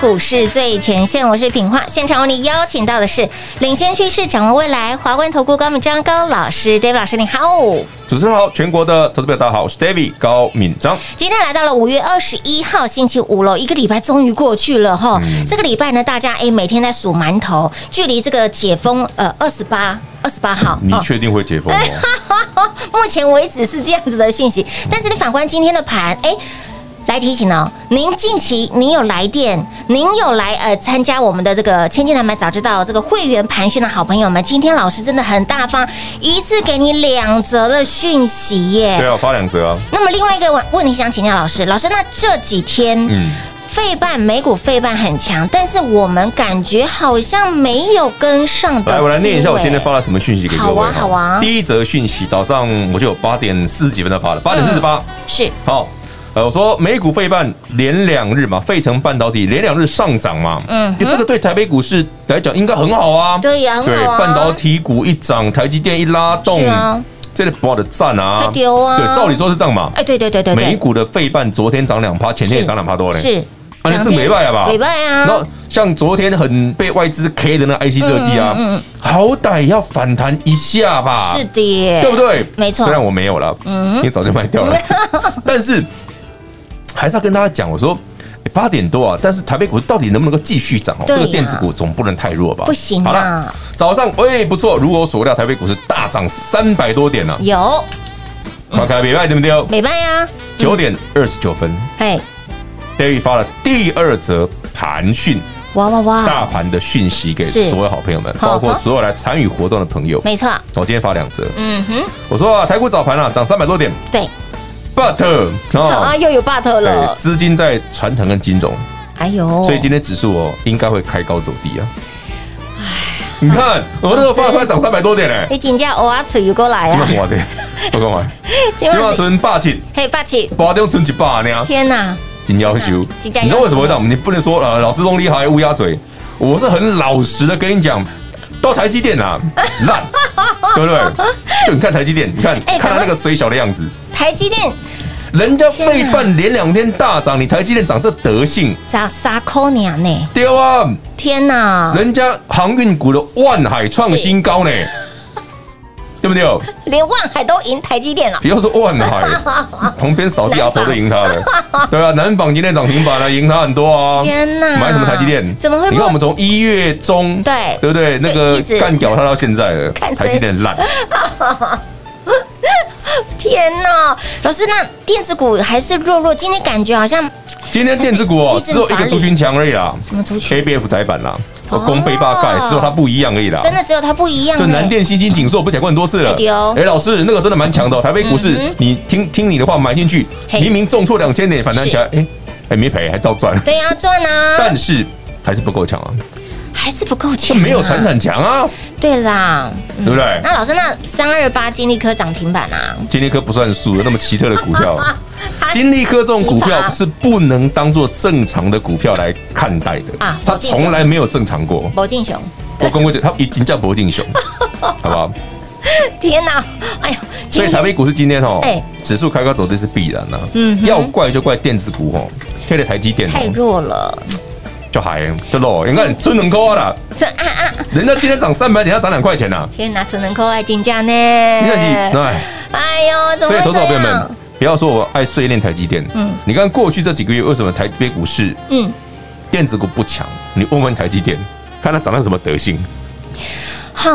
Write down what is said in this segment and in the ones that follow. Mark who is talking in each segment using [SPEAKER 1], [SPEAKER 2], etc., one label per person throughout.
[SPEAKER 1] 股市最前线，我是品化。现场为你邀请到的是领先趋势、掌握未来华冠投顾高敏章高老师，David 老师，你好。
[SPEAKER 2] 主持人好，全国的投资朋友大家好，我是 David 高敏章。
[SPEAKER 3] 今天来到了五月二十一号星期五了，一个礼拜终于过去了哈。
[SPEAKER 2] 嗯
[SPEAKER 3] 这个礼拜呢，大家哎每天在数馒头，距离这个解封呃二十八二十八号，
[SPEAKER 2] 你
[SPEAKER 3] 哦
[SPEAKER 2] 确定会解封吗？
[SPEAKER 3] 目前为止是这样子的讯息。但是你反观今天的盘，哎。来提醒哦，您近期您有来电，您有来呃参加我们的这个千金难买早知道这个会员盘讯的好朋友们，今天老师真的很大方，一次给你两则的讯息耶。
[SPEAKER 2] 对啊，发两折啊。
[SPEAKER 3] 那么另外一个问问题想请教老师，老师那这几天，
[SPEAKER 2] 嗯
[SPEAKER 3] 费半美股费半很强，但是我们感觉好像没有跟上的。
[SPEAKER 2] 来，我来念一下我今天发。了什么讯息给各位。
[SPEAKER 3] 哦好啊好啊
[SPEAKER 2] 第一则讯息，早上我就有八点四十几分的发了，
[SPEAKER 3] 嗯
[SPEAKER 2] 八点四十八。
[SPEAKER 3] 是，
[SPEAKER 2] 好，呃，我说美股费半连两日嘛，费城半导体连两日上涨嘛，
[SPEAKER 3] 嗯
[SPEAKER 2] 嗯，这个对台北股市来讲应该很好啊。
[SPEAKER 3] 对呀，很
[SPEAKER 2] 对，
[SPEAKER 3] 好啊
[SPEAKER 2] 半导体股一涨，台积电一拉动
[SPEAKER 3] 是啊，
[SPEAKER 2] 这里报的赞啊，
[SPEAKER 3] 它丢啊
[SPEAKER 2] 对，照理说是这样嘛。
[SPEAKER 3] 哎，对对对对对，
[SPEAKER 2] 美股的费半昨天涨两趴，前天也
[SPEAKER 3] 是
[SPEAKER 2] 涨两趴多嘞。
[SPEAKER 3] 是，
[SPEAKER 2] 啊，那是美败了吧？
[SPEAKER 3] 美败啊，
[SPEAKER 2] 那像昨天很被外资 K 的那个 IC 设计啊，
[SPEAKER 3] 嗯嗯嗯
[SPEAKER 2] 好歹要反弹一下吧，
[SPEAKER 3] 是的耶，
[SPEAKER 2] 对不对？
[SPEAKER 3] 没错
[SPEAKER 2] 虽然我没有了，嗯，你早就卖 掉了，但是还是要跟大家讲，我说八点多啊，但是台北股到底能不能够继续涨？哦，
[SPEAKER 3] 对
[SPEAKER 2] 这
[SPEAKER 3] 呀
[SPEAKER 2] 个电子股总不能太弱吧？
[SPEAKER 3] 不行
[SPEAKER 2] 好了，
[SPEAKER 3] 啊，
[SPEAKER 2] 早上哎不错，如我所料，台北股是大涨三百多点呢，啊
[SPEAKER 3] 有嗯
[SPEAKER 2] 看看美败对不对？
[SPEAKER 3] 美败啊，
[SPEAKER 2] 九点二十九分
[SPEAKER 3] 哎，
[SPEAKER 2] ，David 发了第二则盘讯。
[SPEAKER 3] 哇哇哇，
[SPEAKER 2] 大盘的讯息给
[SPEAKER 3] 啊是
[SPEAKER 2] 所有好朋友们，
[SPEAKER 3] 好
[SPEAKER 2] 包括所有来参与活动的朋友。
[SPEAKER 3] 没错，
[SPEAKER 2] 我今天发两折，
[SPEAKER 3] 嗯哼，
[SPEAKER 2] 我说啊，台股早盘啊涨三百多点
[SPEAKER 3] 对，
[SPEAKER 2] ，but
[SPEAKER 3] 好啊，
[SPEAKER 2] 哦，
[SPEAKER 3] 又有 but
[SPEAKER 2] 对，
[SPEAKER 3] 了，
[SPEAKER 2] 资金在传承跟金融，
[SPEAKER 3] 哎呦，
[SPEAKER 2] 所以今天指数哦应该会开高走低啊。
[SPEAKER 3] 哎
[SPEAKER 2] 你看我那个发出来涨三百多点嘞，
[SPEAKER 3] 你请假偶尔吃又过来
[SPEAKER 2] 今晚
[SPEAKER 3] 啊
[SPEAKER 2] 什，么的？我干嘛？
[SPEAKER 3] 今
[SPEAKER 2] 今晚存霸气，
[SPEAKER 3] 嘿霸气，
[SPEAKER 2] 八中存一百呢，
[SPEAKER 3] 天哪，
[SPEAKER 2] 今天会修。
[SPEAKER 3] 真的要
[SPEAKER 2] 你知道为什么会这样？你不能说呃老师东厉害乌鸦嘴，我是很老实的跟你讲，到台积电啊 烂。对不对？就你看台积电，你看、
[SPEAKER 3] 哎赶
[SPEAKER 2] 看它
[SPEAKER 3] 快
[SPEAKER 2] 那个水小的样子，
[SPEAKER 3] 台积电
[SPEAKER 2] 人家
[SPEAKER 3] 天啊
[SPEAKER 2] 费半连两天大涨，你台积电涨这德性，
[SPEAKER 3] 砸三块两呢，
[SPEAKER 2] 丢啊！
[SPEAKER 3] 天哪，
[SPEAKER 2] 人家航运股的万海创新高呢，对不对？
[SPEAKER 3] 连万海都赢台积电了，
[SPEAKER 2] 不要说 万海，旁边扫地阿婆都赢他了，对啊，南纺今天涨停板了，赢他很多啊！
[SPEAKER 3] 天哪，
[SPEAKER 2] 买什么台积电？
[SPEAKER 3] 怎么会
[SPEAKER 2] 你看我
[SPEAKER 3] 落
[SPEAKER 2] 们从一月中，
[SPEAKER 3] 对
[SPEAKER 2] 对不对？
[SPEAKER 3] 就
[SPEAKER 2] 那个
[SPEAKER 3] 一直
[SPEAKER 2] 干掉他到现在 了，
[SPEAKER 3] 看谁
[SPEAKER 2] 台积电烂。
[SPEAKER 3] 天呐，老师，那电子股还是弱弱，今天感觉好像
[SPEAKER 2] 今天电子股哦
[SPEAKER 3] 还是
[SPEAKER 2] 只有一个族群强而已啦，
[SPEAKER 3] 什么族群
[SPEAKER 2] a b f 窄板啦，
[SPEAKER 3] 哦
[SPEAKER 2] 攻被霸盖，只有它不一样而已啦。
[SPEAKER 3] 真的只有它不一样、欸。
[SPEAKER 2] 就南电、新兴、景硕，我不讲过很多次了
[SPEAKER 3] 哎对哦。
[SPEAKER 2] 哎，老师，那个真的蛮强的哦，台北股市
[SPEAKER 3] 嗯哼，
[SPEAKER 2] 你听听你的话买进去，
[SPEAKER 3] 嘿
[SPEAKER 2] 明明重挫两千点，反弹起来，哎，还没赔，还照赚，
[SPEAKER 3] 对呀、赚啊，
[SPEAKER 2] 但是还是不够强啊，
[SPEAKER 3] 还是不够
[SPEAKER 2] 就
[SPEAKER 3] 钱、
[SPEAKER 2] 没有传。产强啊，
[SPEAKER 3] 对啦，嗯
[SPEAKER 2] 对不对？
[SPEAKER 3] 那老师，那三二八金利科涨停板啊，
[SPEAKER 2] 金利科不算数，那么奇特的股票，啊
[SPEAKER 3] 它
[SPEAKER 2] 金利科这种股
[SPEAKER 3] 奇
[SPEAKER 2] 票
[SPEAKER 3] 葩
[SPEAKER 2] 是不能当做正常的股票来看待的
[SPEAKER 3] 啊
[SPEAKER 2] 它
[SPEAKER 3] 我记得
[SPEAKER 2] 从来没有正常 过。
[SPEAKER 3] 博进雄，
[SPEAKER 2] 我跟我讲，他已经叫 博进雄，好不好？
[SPEAKER 3] 天哪，哎呦，
[SPEAKER 2] 所以台北股市今天哦
[SPEAKER 3] 哎，
[SPEAKER 2] 指数开高走低是必然啦。
[SPEAKER 3] 嗯哼
[SPEAKER 2] 要怪就怪电子股哦，黑的台积电
[SPEAKER 3] 太
[SPEAKER 2] 哦，
[SPEAKER 3] 弱了，
[SPEAKER 2] 就还就漏。你看真能高啦，
[SPEAKER 3] 这啊啊，
[SPEAKER 2] 人家今天涨三百点，要涨两块钱呐，
[SPEAKER 3] 天哪，纯能扣爱金价呢，
[SPEAKER 2] 真的是哎。
[SPEAKER 3] 哎呦，怎
[SPEAKER 2] 所
[SPEAKER 3] 么
[SPEAKER 2] 以，投
[SPEAKER 3] 会这
[SPEAKER 2] 资者朋友们
[SPEAKER 3] 样？，
[SPEAKER 2] 不要说我爱碎念台积电，
[SPEAKER 3] 嗯
[SPEAKER 2] 嗯，你看过去这几个月为什么台北股市
[SPEAKER 3] 嗯，
[SPEAKER 2] 电子股不强？你问问台积电，看它涨到什么德性。
[SPEAKER 3] 好，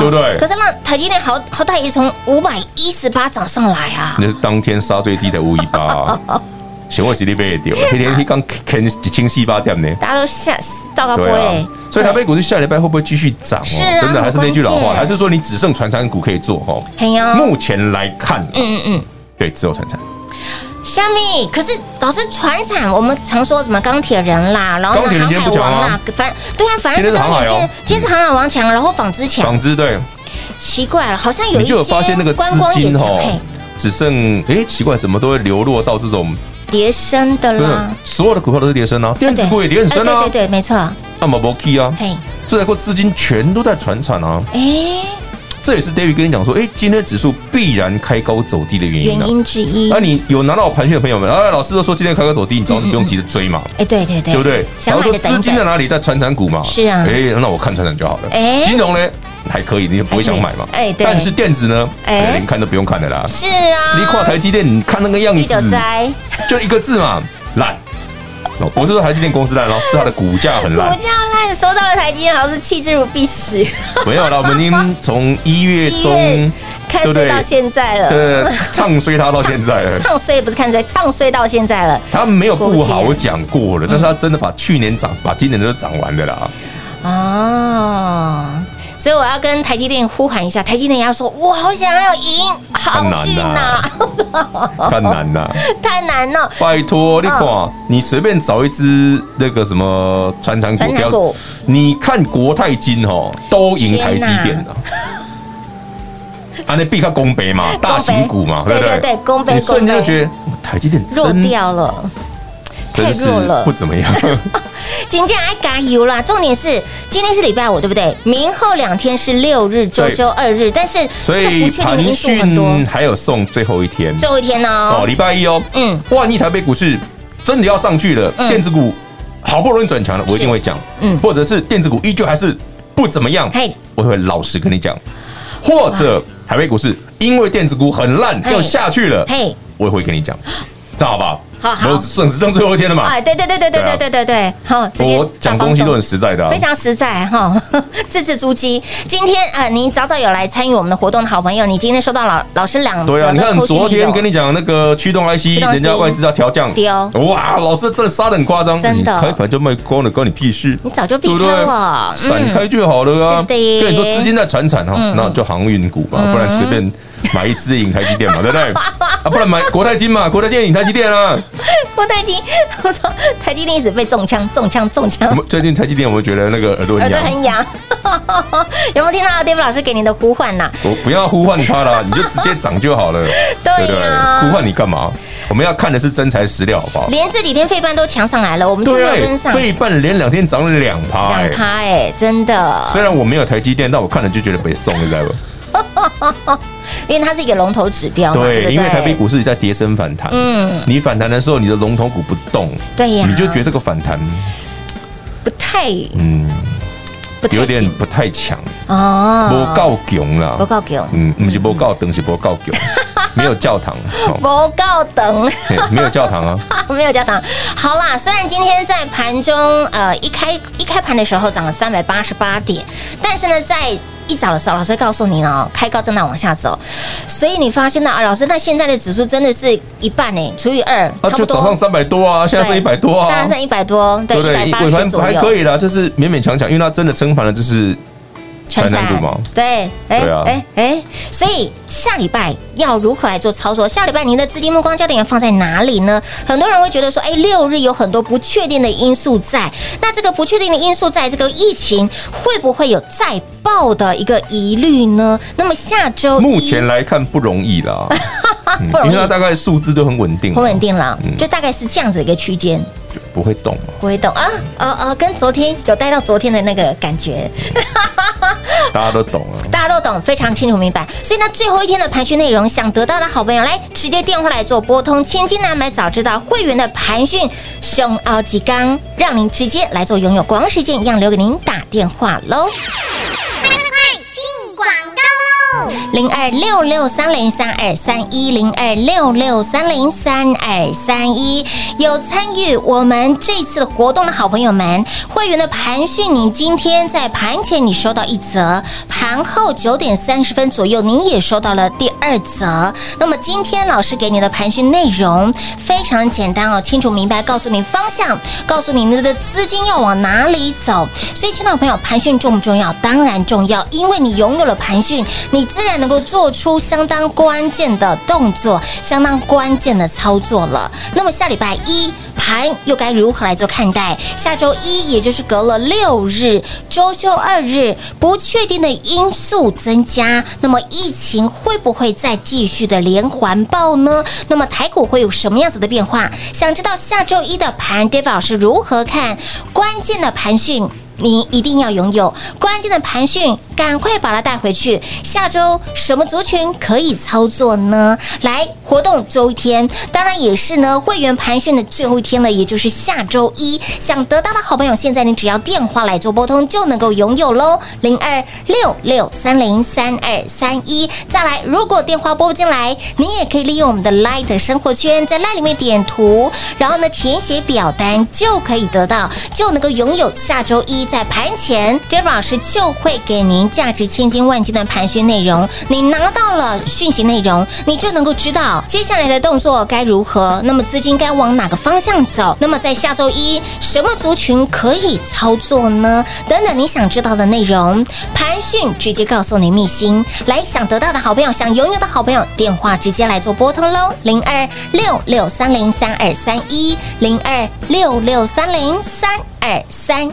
[SPEAKER 2] 对不对
[SPEAKER 3] 可是那台积电好好歹也从五百一十八涨上来啊，
[SPEAKER 2] 那是当天杀最低的五一八， 想问实力被也丢，那天刚啃一千四八点呢。
[SPEAKER 3] 大家都吓糟糕
[SPEAKER 2] 对
[SPEAKER 3] 不嘞
[SPEAKER 2] 啊，，所以台北股市下礼拜会不会继续涨
[SPEAKER 3] 是
[SPEAKER 2] 哦
[SPEAKER 3] 啊？
[SPEAKER 2] 真的还是那句老
[SPEAKER 3] 很关
[SPEAKER 2] 话，
[SPEAKER 3] 键嗯
[SPEAKER 2] 还是说你只剩传产股可以做哦？
[SPEAKER 3] 嘿呀，
[SPEAKER 2] 目前来看啊，
[SPEAKER 3] 嗯嗯
[SPEAKER 2] 对，只有传产。
[SPEAKER 3] 嗯，虾米。可是老师，船产我们常说什么钢铁人啦，然后
[SPEAKER 2] 钢铁
[SPEAKER 3] 呢
[SPEAKER 2] 人今
[SPEAKER 3] 海
[SPEAKER 2] 天不
[SPEAKER 3] 王
[SPEAKER 2] 强啊
[SPEAKER 3] 啦，反对啊，反正
[SPEAKER 2] 今天是
[SPEAKER 3] 钢铁
[SPEAKER 2] 航海哦
[SPEAKER 3] 人今天是航海王强，然后纺织强，
[SPEAKER 2] 纺织对，
[SPEAKER 3] 奇怪了，好像有
[SPEAKER 2] 你
[SPEAKER 3] 一
[SPEAKER 2] 就有发现那
[SPEAKER 3] 些
[SPEAKER 2] 个
[SPEAKER 3] 观光
[SPEAKER 2] 资
[SPEAKER 3] 也
[SPEAKER 2] 金
[SPEAKER 3] 强，
[SPEAKER 2] 哦
[SPEAKER 3] 嘿，
[SPEAKER 2] 只剩哎奇怪，怎么都会流落到这种，
[SPEAKER 3] 跌升的
[SPEAKER 2] 不是
[SPEAKER 3] 啦，
[SPEAKER 2] 所有的股票都是跌升啊，电子股也跌很
[SPEAKER 3] 啊哎
[SPEAKER 2] 深
[SPEAKER 3] 对
[SPEAKER 2] 啊
[SPEAKER 3] 对，哎对，没错，
[SPEAKER 2] 那么 b o k 啊，
[SPEAKER 3] 嘿，
[SPEAKER 2] 这台股资金全都在传产啊，
[SPEAKER 3] 哎，
[SPEAKER 2] 这也是 David 跟你讲说，哎，今天指数必然开高走低的原因、啊
[SPEAKER 3] 原。因之一
[SPEAKER 2] 那、。你有拿到盘讯的朋友们，啊，老师都说今天开高走低，你早点不用急着追嘛，
[SPEAKER 3] 哎，对对对，
[SPEAKER 2] 对不对？然
[SPEAKER 3] 想
[SPEAKER 2] 后
[SPEAKER 3] 买
[SPEAKER 2] 说
[SPEAKER 3] 的等
[SPEAKER 2] 资
[SPEAKER 3] 一
[SPEAKER 2] 金啊在
[SPEAKER 3] 等，
[SPEAKER 2] 哪里，在传产股嘛。
[SPEAKER 3] 是啊
[SPEAKER 2] 哎，那我看传产就好了。
[SPEAKER 3] 哎
[SPEAKER 2] 金融呢还可以，你也不会想买嘛。
[SPEAKER 3] 还可以哎对
[SPEAKER 2] 但是电子呢，
[SPEAKER 3] 哎
[SPEAKER 2] 哎，连看都不用看的啦。
[SPEAKER 3] 是啊，
[SPEAKER 2] 你跨台积电，你看那个样
[SPEAKER 3] 记得
[SPEAKER 2] 子，
[SPEAKER 3] 在
[SPEAKER 2] 就一个字嘛，烂。哦不是说台积电公司烂哦，是它的股价很
[SPEAKER 3] 股。
[SPEAKER 2] 烂
[SPEAKER 3] 价烂，收到了台积电好像是弃之如敝屣，
[SPEAKER 2] 没有啦，我们已经从一月中
[SPEAKER 3] 看
[SPEAKER 2] 对不
[SPEAKER 3] 衰
[SPEAKER 2] 对
[SPEAKER 3] 到现在了。
[SPEAKER 2] 的唱衰它到现在了。
[SPEAKER 3] 唱衰不是看衰，唱衰到现在了
[SPEAKER 2] 它没有不好，
[SPEAKER 3] 果不其然
[SPEAKER 2] 我讲过了，但是它真的把去年涨，把今年都涨完的啦。
[SPEAKER 3] 哦。所以我要跟台积电呼喊一下，台积电也要说，我好想要赢，好
[SPEAKER 2] 难
[SPEAKER 3] 硬
[SPEAKER 2] 呐
[SPEAKER 3] 啊，
[SPEAKER 2] 看难呐，
[SPEAKER 3] 太难哦了。
[SPEAKER 2] 拜托你看，你随便找一只那个什么传产股
[SPEAKER 3] 传产
[SPEAKER 2] 票
[SPEAKER 3] 股，
[SPEAKER 2] 你看国泰金哦，都赢台积电的。啊，那避开公杯嘛，大型股嘛，
[SPEAKER 3] 对
[SPEAKER 2] 不
[SPEAKER 3] 对对公杯
[SPEAKER 2] 你瞬间
[SPEAKER 3] 公
[SPEAKER 2] 就
[SPEAKER 3] 杯
[SPEAKER 2] 觉得哇台积电
[SPEAKER 3] 弱
[SPEAKER 2] 真
[SPEAKER 3] 掉了，太
[SPEAKER 2] 真是
[SPEAKER 3] 弱了
[SPEAKER 2] 不。 怎么样。
[SPEAKER 3] 金价爱加油啦！重点是今天是礼拜五，对不对？明后两天是六日，周
[SPEAKER 2] 对
[SPEAKER 3] 休二日，但是
[SPEAKER 2] 所
[SPEAKER 3] 这个
[SPEAKER 2] 以
[SPEAKER 3] 不确定的因
[SPEAKER 2] 盘
[SPEAKER 3] 素很多。
[SPEAKER 2] 讯还有送最后一天
[SPEAKER 3] 最后一天呢、
[SPEAKER 2] 哦，礼拜一哦，
[SPEAKER 3] 啊嗯，
[SPEAKER 2] 万一台北股市真的要上去了，
[SPEAKER 3] 嗯
[SPEAKER 2] 电子股好不容易转强了，我一定会讲，
[SPEAKER 3] 嗯
[SPEAKER 2] 或者是电子股依旧还是不怎么样
[SPEAKER 3] 嘿，啊
[SPEAKER 2] 我会老实跟你讲，或者台北股市因为电子股很烂
[SPEAKER 3] 嘿
[SPEAKER 2] 要下去了，
[SPEAKER 3] 嘿，
[SPEAKER 2] 我也会跟你讲，知道吧？
[SPEAKER 3] 好好
[SPEAKER 2] 我省时剩最后一天了嘛，
[SPEAKER 3] 哎，对对对对对
[SPEAKER 2] 对
[SPEAKER 3] 对
[SPEAKER 2] 啊
[SPEAKER 3] 对对对，好，直接
[SPEAKER 2] 我讲东西都很实在的啊
[SPEAKER 3] 非。常实在哈， 字字珠玑。今天啊，呃你早早有来参与我们的活动的好朋友，你今天收到老老师两
[SPEAKER 2] 对啊，
[SPEAKER 3] 则
[SPEAKER 2] 你看
[SPEAKER 3] 的口讯
[SPEAKER 2] 昨
[SPEAKER 3] 内
[SPEAKER 2] 天
[SPEAKER 3] 容
[SPEAKER 2] 跟你讲那个驱动 IC，
[SPEAKER 3] 驱动 IC
[SPEAKER 2] 人家外资要调降，
[SPEAKER 3] 丢
[SPEAKER 2] 哇，老师真的杀的很夸张，
[SPEAKER 3] 真的
[SPEAKER 2] 你开盘就卖光了，关你屁事。
[SPEAKER 3] 你早就避开了，嗯
[SPEAKER 2] 散开就好了啊。
[SPEAKER 3] 是的
[SPEAKER 2] 对，你说资金在传产哈
[SPEAKER 3] 嗯，
[SPEAKER 2] 那就航运股嘛，不然随便买一支引台积电嘛，对不对？ 啊，不然买国泰金嘛，国泰金引台积电啊。
[SPEAKER 3] 嗯我台 积，我操，台积电一直被中枪，中枪，中枪
[SPEAKER 2] 我。们最近台积电，我觉得那个耳朵
[SPEAKER 3] 耳
[SPEAKER 2] 很
[SPEAKER 3] 朵
[SPEAKER 2] 痒，
[SPEAKER 3] 很痒， 有没有听到 Dave 老师给您的呼唤呐、
[SPEAKER 2] 我不要呼唤它啦，你就直接涨就好了，对
[SPEAKER 3] 对
[SPEAKER 2] 不对
[SPEAKER 3] 呀、？
[SPEAKER 2] 呼唤你干嘛？我们要看的是真材实料，好不好？
[SPEAKER 3] 连这几天费半都强上来了，我们就没有
[SPEAKER 2] 对
[SPEAKER 3] 跟，上
[SPEAKER 2] 费半连两天涨了两趴，哎
[SPEAKER 3] 两趴哎，真的，
[SPEAKER 2] 虽然我没有台积电，但我看了就觉得被送，你知道
[SPEAKER 3] 哦
[SPEAKER 2] 吧？
[SPEAKER 3] 因为它是一个龙头指标嘛，对不
[SPEAKER 2] 对，
[SPEAKER 3] 对？
[SPEAKER 2] 因为台北股市在跌升反弹，
[SPEAKER 3] 嗯
[SPEAKER 2] 你反弹的时候，你的龙头股不动，
[SPEAKER 3] 对呀，
[SPEAKER 2] 你就觉得这个反弹，
[SPEAKER 3] 不太
[SPEAKER 2] 嗯，
[SPEAKER 3] 不太
[SPEAKER 2] 有点
[SPEAKER 3] 行
[SPEAKER 2] 不太强，
[SPEAKER 3] 哦，
[SPEAKER 2] 不够强啦
[SPEAKER 3] 不，够强，
[SPEAKER 2] 嗯，不是不够等，是不够 强，没有教堂，哦
[SPEAKER 3] 不够等。
[SPEAKER 2] 嘿没有教 堂啊，
[SPEAKER 3] 没有加糖。好啦，虽然今天在盘中，呃，一开一开盘的时候涨了三百八十八点，但是呢，在一早的时候，老师告诉你哦，开高震荡往下走，所以你发现呢，啊，老师，那现在的指数真的是一半呢，除以二，
[SPEAKER 2] 啊，
[SPEAKER 3] 差不
[SPEAKER 2] 就
[SPEAKER 3] 多，
[SPEAKER 2] 早上三百多啊，现在剩一百多啊
[SPEAKER 3] 上，剩一百多，对，
[SPEAKER 2] 对不
[SPEAKER 3] 一百
[SPEAKER 2] 对？
[SPEAKER 3] 八
[SPEAKER 2] 尾
[SPEAKER 3] 十
[SPEAKER 2] 盘
[SPEAKER 3] 左
[SPEAKER 2] 还
[SPEAKER 3] 右，
[SPEAKER 2] 可以啦，就是勉勉强强，因为它真的撑盘了，就是
[SPEAKER 3] 穿
[SPEAKER 2] 才能
[SPEAKER 3] 插
[SPEAKER 2] 入嘛
[SPEAKER 3] 对，哎
[SPEAKER 2] 对啊
[SPEAKER 3] 哎哎，所以下礼拜要如何来做操作？下礼拜您的资金目光焦点要放在哪里呢？很多人会觉得说，哎，六日有很多不确定的因素在，那这个不确定的因素在这个疫情会不会有再爆的一个疑虑呢？那么下周一
[SPEAKER 2] 目前来看不容易 啦，嗯
[SPEAKER 3] 不容易
[SPEAKER 2] 因为它大概数字都很稳定，
[SPEAKER 3] 很稳，定了，
[SPEAKER 2] 嗯
[SPEAKER 3] 就大概是这样子的一个区间。
[SPEAKER 2] 不会动啊。
[SPEAKER 3] 不会动啊，哦哦，跟昨天有带到昨天的那个感觉，
[SPEAKER 2] 大家都懂啊了。
[SPEAKER 3] 大家都懂，非常清楚明白。所以呢，最后一天的盘讯内容，想得到的好朋友来直接电话来做拨通，千金难买早知道会员的盘讯胸奥吉刚，让您直接来做拥有。广时间一样留给您打电话喽。零二六六三零三二三一零二六六三零三二三一。有参与我们这次活动的好朋友们，会员的盘讯，你今天在盘前你收到一则，盘后九点三十分左右你也收到了第二则。那么今天老师给你的盘讯内容非常简单哦，清楚明白，告诉你方向，告诉你你的资金要往哪里走。所以，亲爱的朋友，盘讯重不重要？当然重要，因为你拥有了盘讯，你自然能够做出相当关键的动作，相当关键的操作了。那么下礼拜一盘又该如何来做看待？下周一，也就是隔了六日，周休二日，不确定的因素增加，那么疫情会不会再继续的连环爆呢？那么台股会有什么样子的变化？想知道下周一的盘，David 老师如何看关键的盘讯？你一定要拥有关键的盘讯，赶快把它带回去。下周什么族群可以操作呢？来，活动周一天，当然也是呢会员盘讯的最后一天了，也就是下周一。想得到的好朋友，现在你只要电话来做拨通就能够拥有喽，零二六六三零三二三一。再来，如果电话拨不进来，你也可以利用我们的 Light 生活圈，在 Light 里面点图，然后呢填写表单就可以得到，就能够拥有下周一在盘前 j e f f 老师就会给您价值千金万金的盘讯内容。你拿到了讯息内容，你就能够知道接下来的动作该如何，那么资金该往哪个方向走。那么在下周一，什么族群可以操作呢？等等，你想知道的内容，盘讯直接告诉你秘辛。来，想得到的好朋友，想拥有的好朋友，电话直接来做拨通喽，零二六六三零三二三一，零二六六三零三二三一。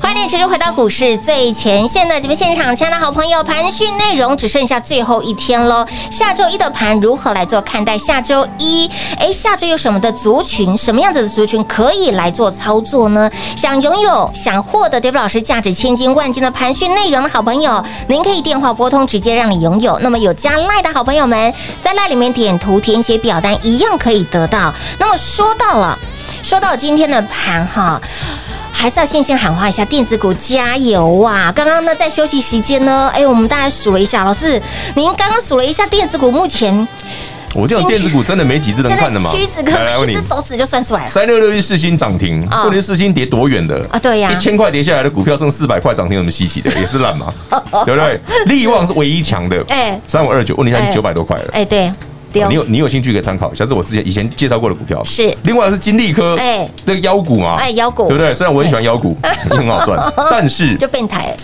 [SPEAKER 3] 欢迎持续回到股市最前线的节目现场，亲爱的好朋友，盘讯内容只剩下最后一天喽。下周一的盘如何来做看待？下周一，哎，下周有什么的族群，什么样子的族群可以来做操作呢？想拥有、想获得 David 老师价值千金万金的盘讯内容的好朋友，您可以电话拨通，直接让你拥有。那么有加赖的好朋友们，在赖里面点图填写表单，一样可以得到。那么说到了，说到今天的盘哈。还是要先先喊话一下电子股加油啊！刚刚呢，在休息时间呢，哎，我们大概数了一下，老师，您刚刚数了一下电子股，目前
[SPEAKER 2] 我这种电子股真的没几只能
[SPEAKER 3] 真
[SPEAKER 2] 看的
[SPEAKER 3] 的
[SPEAKER 2] 嘛。
[SPEAKER 3] 屈指可
[SPEAKER 2] 哎来
[SPEAKER 3] 数，
[SPEAKER 2] 问
[SPEAKER 3] 一
[SPEAKER 2] 你
[SPEAKER 3] 只，手指就算出来了。
[SPEAKER 2] 三六六一世新涨停，
[SPEAKER 3] 啊
[SPEAKER 2] 问题是世新跌多远的
[SPEAKER 3] 啊对呀
[SPEAKER 2] 一千块跌下来的股票剩四百块涨停，有什么 稀奇的？也是烂嘛，对不对？力旺是唯一强的，
[SPEAKER 3] 哎
[SPEAKER 2] 三五二九，问题它已经
[SPEAKER 3] 哎
[SPEAKER 2] 九百多块了。
[SPEAKER 3] 哎，对，丢
[SPEAKER 2] 哦你有你有兴趣可以参考一下，这是我之前以前介绍过的股票。
[SPEAKER 3] 是
[SPEAKER 2] 另外是金利科，
[SPEAKER 3] 哎
[SPEAKER 2] 那个妖股嘛，
[SPEAKER 3] 哎妖股
[SPEAKER 2] 对不对？虽然我很喜欢妖股，也 很好 赚，但是
[SPEAKER 3] 就变态了。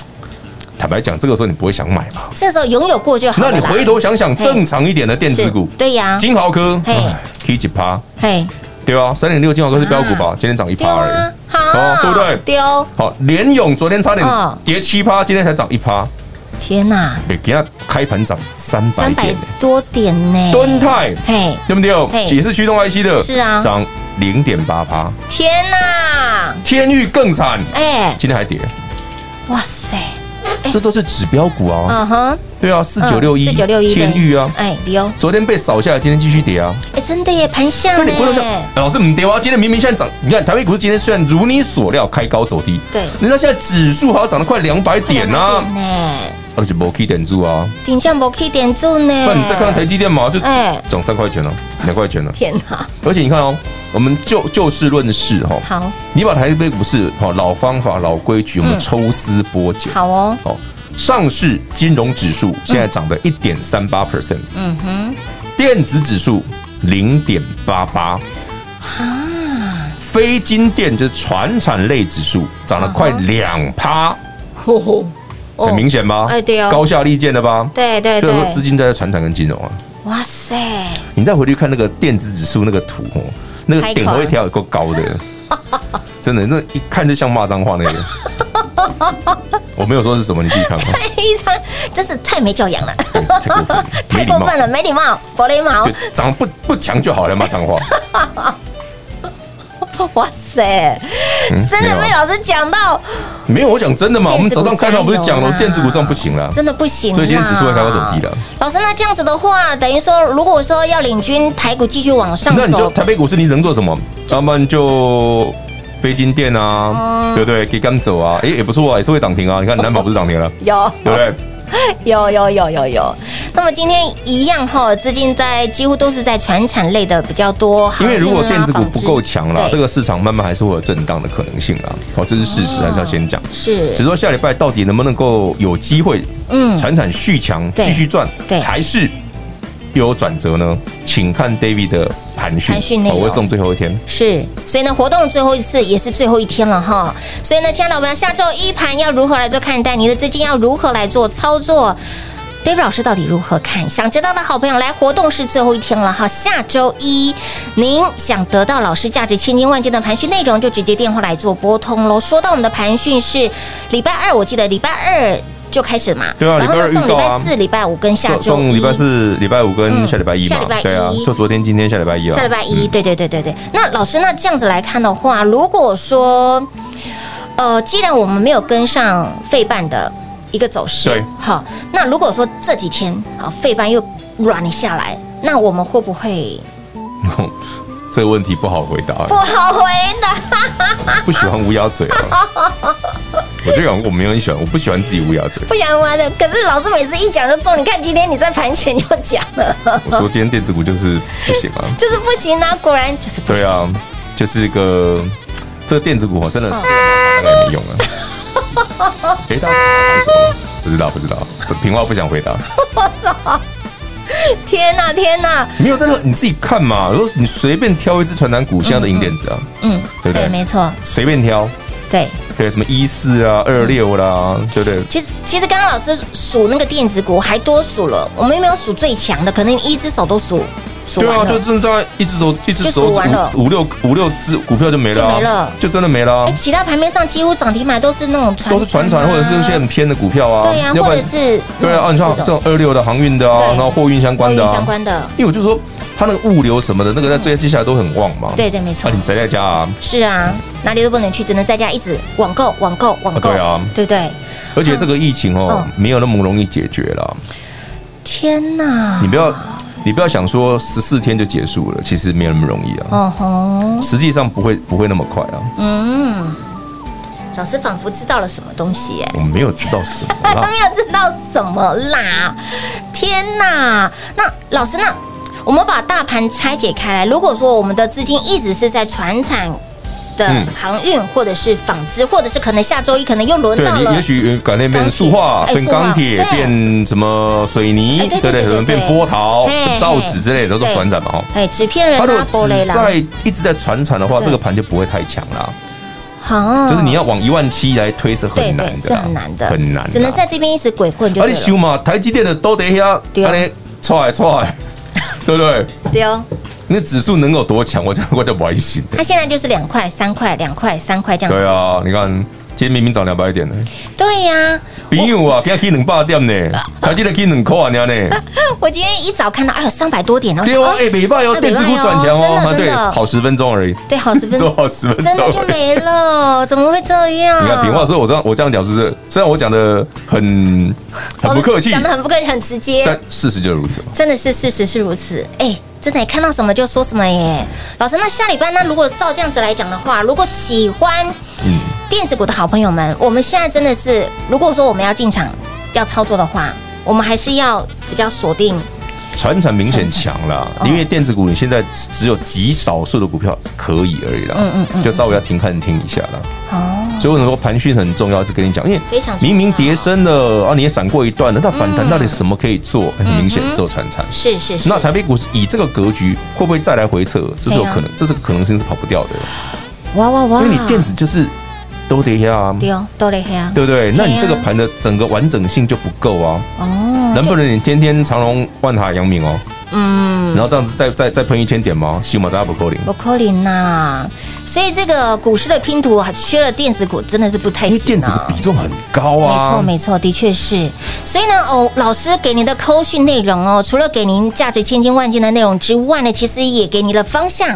[SPEAKER 2] 坦白讲，这个时候你不会想买嘛。
[SPEAKER 3] 这时候拥有过就好
[SPEAKER 2] 那
[SPEAKER 3] 了啦。
[SPEAKER 2] 你回头想想，
[SPEAKER 3] 嘿
[SPEAKER 2] 正常一点的电子
[SPEAKER 3] 是
[SPEAKER 2] 股，
[SPEAKER 3] 对呀，
[SPEAKER 2] 金豪科，
[SPEAKER 3] 嘿
[SPEAKER 2] 哎，K 几趴，
[SPEAKER 3] 嘿，
[SPEAKER 2] 对啊，三点六金豪科是标股吧？今天涨一
[SPEAKER 3] 丢
[SPEAKER 2] 趴而
[SPEAKER 3] 啊
[SPEAKER 2] 已。，
[SPEAKER 3] 好
[SPEAKER 2] 哦，对不对
[SPEAKER 3] 丢，
[SPEAKER 2] 好，联勇昨天差点
[SPEAKER 3] 嗯
[SPEAKER 2] 跌七趴，今天才涨一趴，
[SPEAKER 3] 天哪，
[SPEAKER 2] 哎，给它开盘涨三百
[SPEAKER 3] 三百
[SPEAKER 2] 点呢。
[SPEAKER 3] 多点呢。
[SPEAKER 2] 敦泰
[SPEAKER 3] 嘿，
[SPEAKER 2] 对不
[SPEAKER 3] 嘿
[SPEAKER 2] 对？也是驱动 IC 的，
[SPEAKER 3] 是啊
[SPEAKER 2] 涨零点八趴。
[SPEAKER 3] 天哪，
[SPEAKER 2] 天域更惨，
[SPEAKER 3] 哎，
[SPEAKER 2] 今天还跌，
[SPEAKER 3] 哇塞，
[SPEAKER 2] 这都是指标股啊。
[SPEAKER 3] 哎嗯哼，嗯
[SPEAKER 2] 对啊，四九六一，
[SPEAKER 3] 四九六一
[SPEAKER 2] 天域啊，
[SPEAKER 3] 哎丢，
[SPEAKER 2] 昨天被扫下来，今天继续跌啊。
[SPEAKER 3] 哎真的耶，盘下
[SPEAKER 2] 所以
[SPEAKER 3] 呢
[SPEAKER 2] 你不能说，哎老师唔跌啊，今天明明现在涨，你看台北股市今天虽然如你所料开高走低，
[SPEAKER 3] 对
[SPEAKER 2] 人家现在指数好像涨了快两百点啊，
[SPEAKER 3] 快两百点呢，
[SPEAKER 2] 而且没 K 点住啊。
[SPEAKER 3] 顶上不可以点住呢。
[SPEAKER 2] 那你再看看台积电嘛，就
[SPEAKER 3] 哎
[SPEAKER 2] 涨三块钱了，两块钱了。哦
[SPEAKER 3] 天哪，
[SPEAKER 2] 而且你看哦，我们就就事论事哈、哦，
[SPEAKER 3] 好
[SPEAKER 2] 你把台北股市哈、哦、老方法老规矩，我们
[SPEAKER 3] 嗯
[SPEAKER 2] 抽丝剥茧。
[SPEAKER 3] 好哦，
[SPEAKER 2] 哦，上市金融指数现在涨的一点三八 percent，
[SPEAKER 3] 嗯哼，
[SPEAKER 2] 电子指数零点八八，非金电这船产类指数涨了快两趴，
[SPEAKER 3] 嗯哦，哦
[SPEAKER 2] 很明显吧？
[SPEAKER 3] 哎对哦
[SPEAKER 2] 高下立见了吧？
[SPEAKER 3] 对对
[SPEAKER 2] 所以说资
[SPEAKER 3] 对，
[SPEAKER 2] 金在船产跟金融啊，
[SPEAKER 3] 哇塞，
[SPEAKER 2] 你再回去看那个电子指数那个图哦，那个点
[SPEAKER 3] 开口
[SPEAKER 2] 位条有够高的，真的，那一看就像骂脏话那个。 我没有说是什么，你自己看吧，哦
[SPEAKER 3] 非常真是太没教养了，
[SPEAKER 2] 对太过分，没
[SPEAKER 3] 太
[SPEAKER 2] 礼
[SPEAKER 3] 过
[SPEAKER 2] 貌，
[SPEAKER 3] 分了，没礼貌，薄雷毛
[SPEAKER 2] 对，，长得不不强就好了，骂脏话。
[SPEAKER 3] 哇塞，
[SPEAKER 2] 嗯
[SPEAKER 3] 真的
[SPEAKER 2] 没
[SPEAKER 3] 被
[SPEAKER 2] 有啊
[SPEAKER 3] 老师讲到，
[SPEAKER 2] 没有，我讲真的嘛，我们早上开盘不是讲了，
[SPEAKER 3] 电
[SPEAKER 2] 电
[SPEAKER 3] 子
[SPEAKER 2] 子
[SPEAKER 3] 股
[SPEAKER 2] 股
[SPEAKER 3] 这
[SPEAKER 2] 这
[SPEAKER 3] 样
[SPEAKER 2] 样
[SPEAKER 3] 不
[SPEAKER 2] 不行了，
[SPEAKER 3] 啊真啊的不行，
[SPEAKER 2] 啊所以今天指数会开高走低
[SPEAKER 3] 了。
[SPEAKER 2] 了。
[SPEAKER 3] 老师，那这样子的话，等于说，如果说要领军台股继续往上啊
[SPEAKER 2] 那你就
[SPEAKER 3] 走，
[SPEAKER 2] 台北股市你能做什么？要不然就非金店
[SPEAKER 3] 嗯
[SPEAKER 2] 啊，对不对？给赶走啊，哎也不错啊，也是会涨停啊。你看南宝不是涨停了，
[SPEAKER 3] 有
[SPEAKER 2] 对不对？啊
[SPEAKER 3] 有有有有有。那么今天一样哈，资金在几乎都是在传产类的比较多，
[SPEAKER 2] 因为如果
[SPEAKER 3] 航运啊
[SPEAKER 2] 电子股不够
[SPEAKER 3] 纺织
[SPEAKER 2] 强啦，
[SPEAKER 3] 对
[SPEAKER 2] 这个市场慢慢还是会有震荡的可能性啦。好，这是事实，还是要先讲。只是
[SPEAKER 3] 是
[SPEAKER 2] 说下礼拜到底能不能够有机会，
[SPEAKER 3] 嗯
[SPEAKER 2] 产产续强，
[SPEAKER 3] 对
[SPEAKER 2] 继续赚，
[SPEAKER 3] 对
[SPEAKER 2] 还是又有转折呢？请看 David 的盘讯，
[SPEAKER 3] 盘讯内
[SPEAKER 2] 好我会
[SPEAKER 3] 容
[SPEAKER 2] 送最后一天。
[SPEAKER 3] 是，所以呢，活动的最后一次也是最后一天了哈。所以呢，亲爱的我们下周一盘要如何来做看待？你的资金要如何来做操作？David 老师到底如何看？想知道的好朋友来活动是最后一天了哈，下周一您想得到老师价值千金万金的盘讯内容，就直接电话来做拨通喽。说到我们的盘讯是礼拜二，我记得礼拜二就开始嘛，
[SPEAKER 2] 对啊
[SPEAKER 3] 然后呢
[SPEAKER 2] 礼拜二
[SPEAKER 3] 送礼
[SPEAKER 2] 预告
[SPEAKER 3] 拜
[SPEAKER 2] 啊
[SPEAKER 3] 四、礼拜五跟下
[SPEAKER 2] 送
[SPEAKER 3] 周
[SPEAKER 2] 送
[SPEAKER 3] 一，
[SPEAKER 2] 礼拜四、礼拜五跟
[SPEAKER 3] 嗯
[SPEAKER 2] 下礼拜一
[SPEAKER 3] 下
[SPEAKER 2] 嘛
[SPEAKER 3] 礼拜，一
[SPEAKER 2] 对啊，就昨天、今天、下礼拜一啊，
[SPEAKER 3] 下礼拜一，
[SPEAKER 2] 嗯
[SPEAKER 3] 对对对对对。那老师，那这样子来看的话，如果说，呃，既然我们没有跟上费半的一个走势
[SPEAKER 2] 对，
[SPEAKER 3] 好，那如果说这几天好费半又软了下来，那我们会不会
[SPEAKER 2] 这个问题不好回 答，
[SPEAKER 3] 不好回答？
[SPEAKER 2] 不喜欢乌 鸦嘴啊。我就讲我没有很喜欢，我不喜欢自己乌鸦嘴。
[SPEAKER 3] 不想玩的。可是老师每次一讲就中，你看今天你在盘前就讲了，
[SPEAKER 2] 我说今天电子股就是不行啊，
[SPEAKER 3] 就是不行啊，果然就是不行。
[SPEAKER 2] 对啊，就是一个这个电子股哦真的是
[SPEAKER 3] 嗯
[SPEAKER 2] 大概没用啊。 哎，大家不知道不知道，平话不想回答，
[SPEAKER 3] 天哪、天啊哪、
[SPEAKER 2] 没有这个你自己看嘛。如果你随便挑一只传单股现在的银电子啊，
[SPEAKER 3] 嗯，
[SPEAKER 2] 对不对
[SPEAKER 3] 对，没错，
[SPEAKER 2] 随便挑，
[SPEAKER 3] 对。
[SPEAKER 2] 对什么一四啊、二六啦，对不对？
[SPEAKER 3] 其实，其实刚刚老师数那个电子股还多数了，我们又没有数最强的，可能一只手都数数
[SPEAKER 2] 对
[SPEAKER 3] 完
[SPEAKER 2] 啊，
[SPEAKER 3] 了。
[SPEAKER 2] 就正在一只手一只
[SPEAKER 3] 就数
[SPEAKER 2] 手指
[SPEAKER 3] 完了
[SPEAKER 2] 五五六五六只股票就没了、啊，
[SPEAKER 3] 就没了
[SPEAKER 2] 就真的没了啊、
[SPEAKER 3] 哎、其他盘面上几乎涨停板都是那种船、
[SPEAKER 2] 都是船产或者是一些很偏的股票啊，
[SPEAKER 3] 啊对呀、
[SPEAKER 2] 要不
[SPEAKER 3] 或
[SPEAKER 2] 然
[SPEAKER 3] 者是
[SPEAKER 2] 对啊，
[SPEAKER 3] 嗯
[SPEAKER 2] 你像这种二六的航运的啊，
[SPEAKER 3] 对
[SPEAKER 2] 然后货运相关的
[SPEAKER 3] 货运相
[SPEAKER 2] 啊，
[SPEAKER 3] 关的，
[SPEAKER 2] 因为我就说它那个物流什么的那个在最接下来都很旺嘛，
[SPEAKER 3] 对对，没错
[SPEAKER 2] 啊，，你宅在家啊，
[SPEAKER 3] 是啊，哪里都不能去，只能在家一直网购、网购、网购，
[SPEAKER 2] 啊对啊
[SPEAKER 3] 对不对？
[SPEAKER 2] 而且这个疫情哦
[SPEAKER 3] 嗯
[SPEAKER 2] 没有那么容易解决了，
[SPEAKER 3] 天哪
[SPEAKER 2] 你！不要你不要想说十四天就结束了，其实没有那么容易啊，
[SPEAKER 3] 哦吼，
[SPEAKER 2] 实际上不会不会那么快啊，
[SPEAKER 3] 嗯，老师仿佛知道了什么东西耶、
[SPEAKER 2] 我没有知道什么
[SPEAKER 3] 他
[SPEAKER 2] 啦，
[SPEAKER 3] 没有知道什么啦！天哪！那老师，那我们把大盘拆解开来，如果说我们的资金一直是在船产的
[SPEAKER 2] 嗯
[SPEAKER 3] 航运，或者是纺织，或者是可能下周一可能又轮
[SPEAKER 2] 对
[SPEAKER 3] 到
[SPEAKER 2] 你也
[SPEAKER 3] 了。
[SPEAKER 2] 许改天变塑化
[SPEAKER 3] 钢铁哎
[SPEAKER 2] 变
[SPEAKER 3] 塑化
[SPEAKER 2] 钢铁
[SPEAKER 3] 对
[SPEAKER 2] 变什么水泥
[SPEAKER 3] 哎，对对
[SPEAKER 2] 对不对？
[SPEAKER 3] 对
[SPEAKER 2] 可能
[SPEAKER 3] 对
[SPEAKER 2] 变
[SPEAKER 3] 对
[SPEAKER 2] 波涛
[SPEAKER 3] 嘿嘿、
[SPEAKER 2] 造纸之类的都
[SPEAKER 3] 对
[SPEAKER 2] 是船展嘛哦。
[SPEAKER 3] 哎，纸片人
[SPEAKER 2] 它如
[SPEAKER 3] 啦，
[SPEAKER 2] 果
[SPEAKER 3] 玻
[SPEAKER 2] 只
[SPEAKER 3] 璃啦，
[SPEAKER 2] 在一直在传产的话，
[SPEAKER 3] 对
[SPEAKER 2] 这个盘就不会太强啦。
[SPEAKER 3] 好，
[SPEAKER 2] 就是你要往一万七来推是很
[SPEAKER 3] 对
[SPEAKER 2] 难
[SPEAKER 3] 嗯对
[SPEAKER 2] 的
[SPEAKER 3] 是
[SPEAKER 2] 啦，
[SPEAKER 3] 很难的，
[SPEAKER 2] 很难啦。
[SPEAKER 3] 只能在这边一直鬼混就
[SPEAKER 2] 而
[SPEAKER 3] 对
[SPEAKER 2] 且修
[SPEAKER 3] 了。
[SPEAKER 2] 嘛，台积电的都得下，
[SPEAKER 3] 对啊
[SPEAKER 2] 安尼错来错来， 对不对？
[SPEAKER 3] 对哦，
[SPEAKER 2] 那指数能有多强，我就 我就不爱信的
[SPEAKER 3] 它。现在就是两块、三块、两块、三块这样
[SPEAKER 2] 对
[SPEAKER 3] 子。
[SPEAKER 2] 啊，你看今天明明涨两百点呢，
[SPEAKER 3] 对呀，
[SPEAKER 2] 朋友啊，今天去两百点呢， 台积电去两块啊 呢，
[SPEAKER 3] 我今天一早看到，哎呦，三百多点，然后
[SPEAKER 2] 对
[SPEAKER 3] 说
[SPEAKER 2] 啊，
[SPEAKER 3] 哎
[SPEAKER 2] 哎，礼拜哦，
[SPEAKER 3] 哎
[SPEAKER 2] 电子股
[SPEAKER 3] 不错哦
[SPEAKER 2] 转强
[SPEAKER 3] 真的
[SPEAKER 2] 哦，啊
[SPEAKER 3] 真
[SPEAKER 2] 对，
[SPEAKER 3] 的
[SPEAKER 2] 好十分钟而已，
[SPEAKER 3] 对，好十分
[SPEAKER 2] 做好十分
[SPEAKER 3] 真
[SPEAKER 2] 钟
[SPEAKER 3] 的就
[SPEAKER 2] 而已。
[SPEAKER 3] 没啊了，怎么会这样？
[SPEAKER 2] 你看平话，所以我这样我这样讲就是，虽然我讲的很很不客气，
[SPEAKER 3] 讲的很不客气，很直接，
[SPEAKER 2] 但事实就是如此。
[SPEAKER 3] 真的是事实是如此。哎，真的看到什么就说什么耶。老师，那下礼拜那如果照这样子来讲的话，如果喜欢
[SPEAKER 2] 嗯，
[SPEAKER 3] 电子股的好朋友们，我们现在真的是，如果说我们要进场要操作的话，我们还是要比较锁定
[SPEAKER 2] 船产明显强啦，
[SPEAKER 3] 哦
[SPEAKER 2] 因为电子股你现在只有极少数的股票可以而已啦，
[SPEAKER 3] 嗯嗯嗯
[SPEAKER 2] 就稍微要停看听一下啦。
[SPEAKER 3] 哦，
[SPEAKER 2] 所以为什么说盘讯很重要？是跟你讲，因为
[SPEAKER 3] 非常重要嗯
[SPEAKER 2] 明明跌升了啊，你也闪过一段了，那反弹到底什么可以做？很明显只有船产。
[SPEAKER 3] 是是是
[SPEAKER 2] 那，台北股市以这个格局，会不会再来回撤？这是有可能，这是可能性是跑不掉的。
[SPEAKER 3] 哇啊哇哇！
[SPEAKER 2] 因为你电子就是都得要啊，
[SPEAKER 3] 丢都嘞黑啊，
[SPEAKER 2] 对不对？那你这个
[SPEAKER 3] 对啊
[SPEAKER 2] 盘的整个完整性就不够啊，
[SPEAKER 3] 哦，
[SPEAKER 2] 能不能你天天长隆、万海、阳明哦，
[SPEAKER 3] 嗯
[SPEAKER 2] 然，后这样子再再再喷一千点吗？西马扎不扣零，
[SPEAKER 3] 不可能呐。所以这个股市的拼图还缺了电子股，真的是不太
[SPEAKER 2] 因为电
[SPEAKER 3] 行
[SPEAKER 2] 子的
[SPEAKER 3] 啊
[SPEAKER 2] 比。重很高
[SPEAKER 3] 没错，
[SPEAKER 2] 啊，
[SPEAKER 3] 没错，的确是。所以呢，哦，老师给您的扣讯内容哦，除了给您价值千金万金的内容之外呢，其实也给你了方向，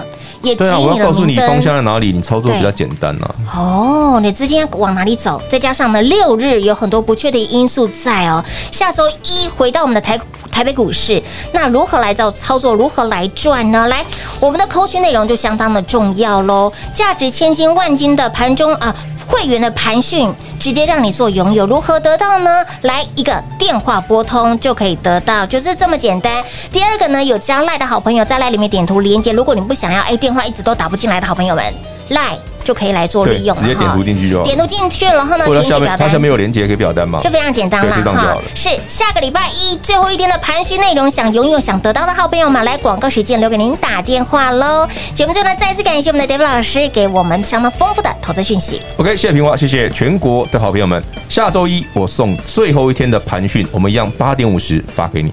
[SPEAKER 3] 也指
[SPEAKER 2] 对啊，
[SPEAKER 3] 引
[SPEAKER 2] 我
[SPEAKER 3] 你
[SPEAKER 2] 要
[SPEAKER 3] 了
[SPEAKER 2] 告诉
[SPEAKER 3] 明
[SPEAKER 2] 你
[SPEAKER 3] 灯。
[SPEAKER 2] 方向在哪里，你操作比较简单啊。
[SPEAKER 3] 哦，你资金要往哪里走？再加上呢，六日有很多不确定因素在哦。下周一回到我们的台台北股市，那如何来造操作？如何来赚呢？来，我们的扣讯内容就相当的重要喽。价值千金万金的盘中啊、会员的盘讯，直接让你做拥有。如何得到呢？来一个电话拨通就可以得到，就是这么简单。第二个呢，有加赖的好朋友在赖里面点图连接，如果你不想要哎电话一直都打不进来的好朋友们，赖就可以来做
[SPEAKER 2] 对
[SPEAKER 3] 利用了啊
[SPEAKER 2] 直接点
[SPEAKER 3] 哈
[SPEAKER 2] 图进去就好
[SPEAKER 3] 点图进去，然后呢，
[SPEAKER 2] 或者
[SPEAKER 3] 填写
[SPEAKER 2] 它下面
[SPEAKER 3] 表
[SPEAKER 2] 它
[SPEAKER 3] 单
[SPEAKER 2] 下。面有连接可以表单嘛？
[SPEAKER 3] 就非常简单
[SPEAKER 2] 对就这样就好了
[SPEAKER 3] 是下个礼拜一最后一天的盘讯内容，想拥有、想得到的好朋友们，来广告时间留给您打电话喽。节目最后呢，再次感谢我们的 David 老师给我们相当丰富的投资讯息。
[SPEAKER 2] OK，谢谢平华，谢谢全国的好朋友们。下周一我送最后一天的盘讯，我们一样八点五十发给你。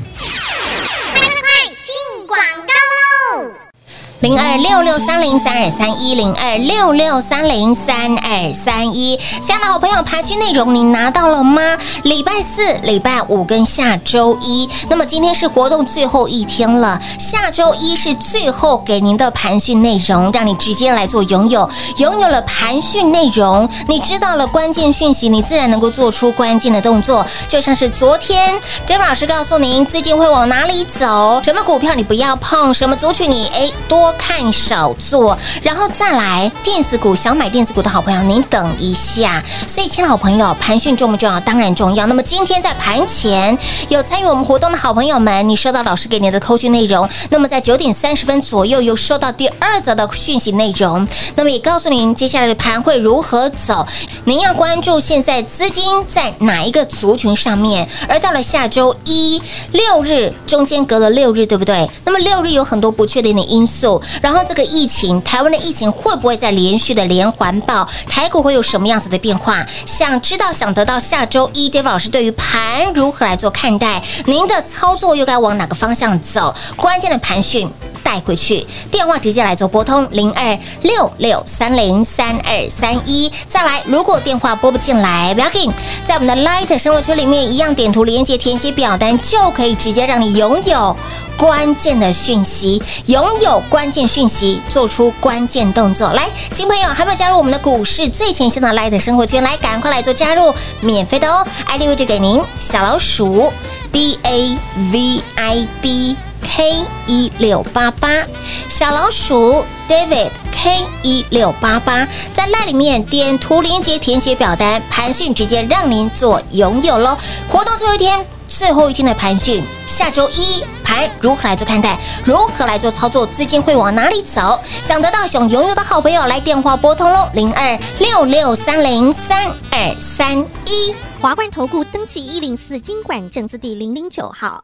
[SPEAKER 3] 零二六六三零三二三一零二六六三零三二三一，亲爱的好朋友，盘区内容你拿到了吗？礼拜四、礼拜五跟下周一，那么今天是活动最后一天了，下周一是最后给您的盘讯内容，让你直接来做拥有。拥有了盘讯内容，你知道了关键讯息，你自然能够做出关键的动作。就像是昨天 j e f 老师告诉您，资金会往哪里走，什么股票你不要碰，什么族群你哎多看少做，然后再来电子股，想买电子股的好朋友，您等一下。所以，亲爱的好朋友，盘讯重不重要？当然重要。那么今天在盘前有参与我们活动的好朋友们，你收到老师给你的扣讯内容，那么在九点三十分左右有收到第二则的讯息内容，那么也告诉您接下来的盘会如何走，您要关注现在资金在哪一个族群上面。而到了下周一六日，中间隔了六日，对不对？那么六日有很多不确定的因素，然后这个疫情，台湾的疫情会不会再连续的连环爆？台股会有什么样子的变化？想知道、想得到下周一 Dave 老师对于盘如何来做看待，您的操作又该往哪个方向走？关键的盘讯。带回去，电话直接来做拨通零二六六三零三二三一。再来，如果电话拨不进来，不要紧，在我们的 Light 生活圈里面一样点图连接填写表单，就可以直接让你拥有关键的讯息，拥有关键讯息，做出关键动作。来，新朋友还没有加入我们的股市最前线的 Light 生活圈，来赶快来做加入，免费的哦，ID 位置给您，小老鼠 D A V I D。K 一六八八，小老鼠 David K 一六八八，在那里面点图连接填写表单，盘讯直接让您做拥有喽。活动最后一天，最后一天的盘讯，下周一盘如何来做看待，如何来做操作，资金会往哪里走？想得到想拥有的好朋友来电话拨通喽，零二六六三零三二三一。
[SPEAKER 4] 华冠投顾登记一零四经管证字第零零九号。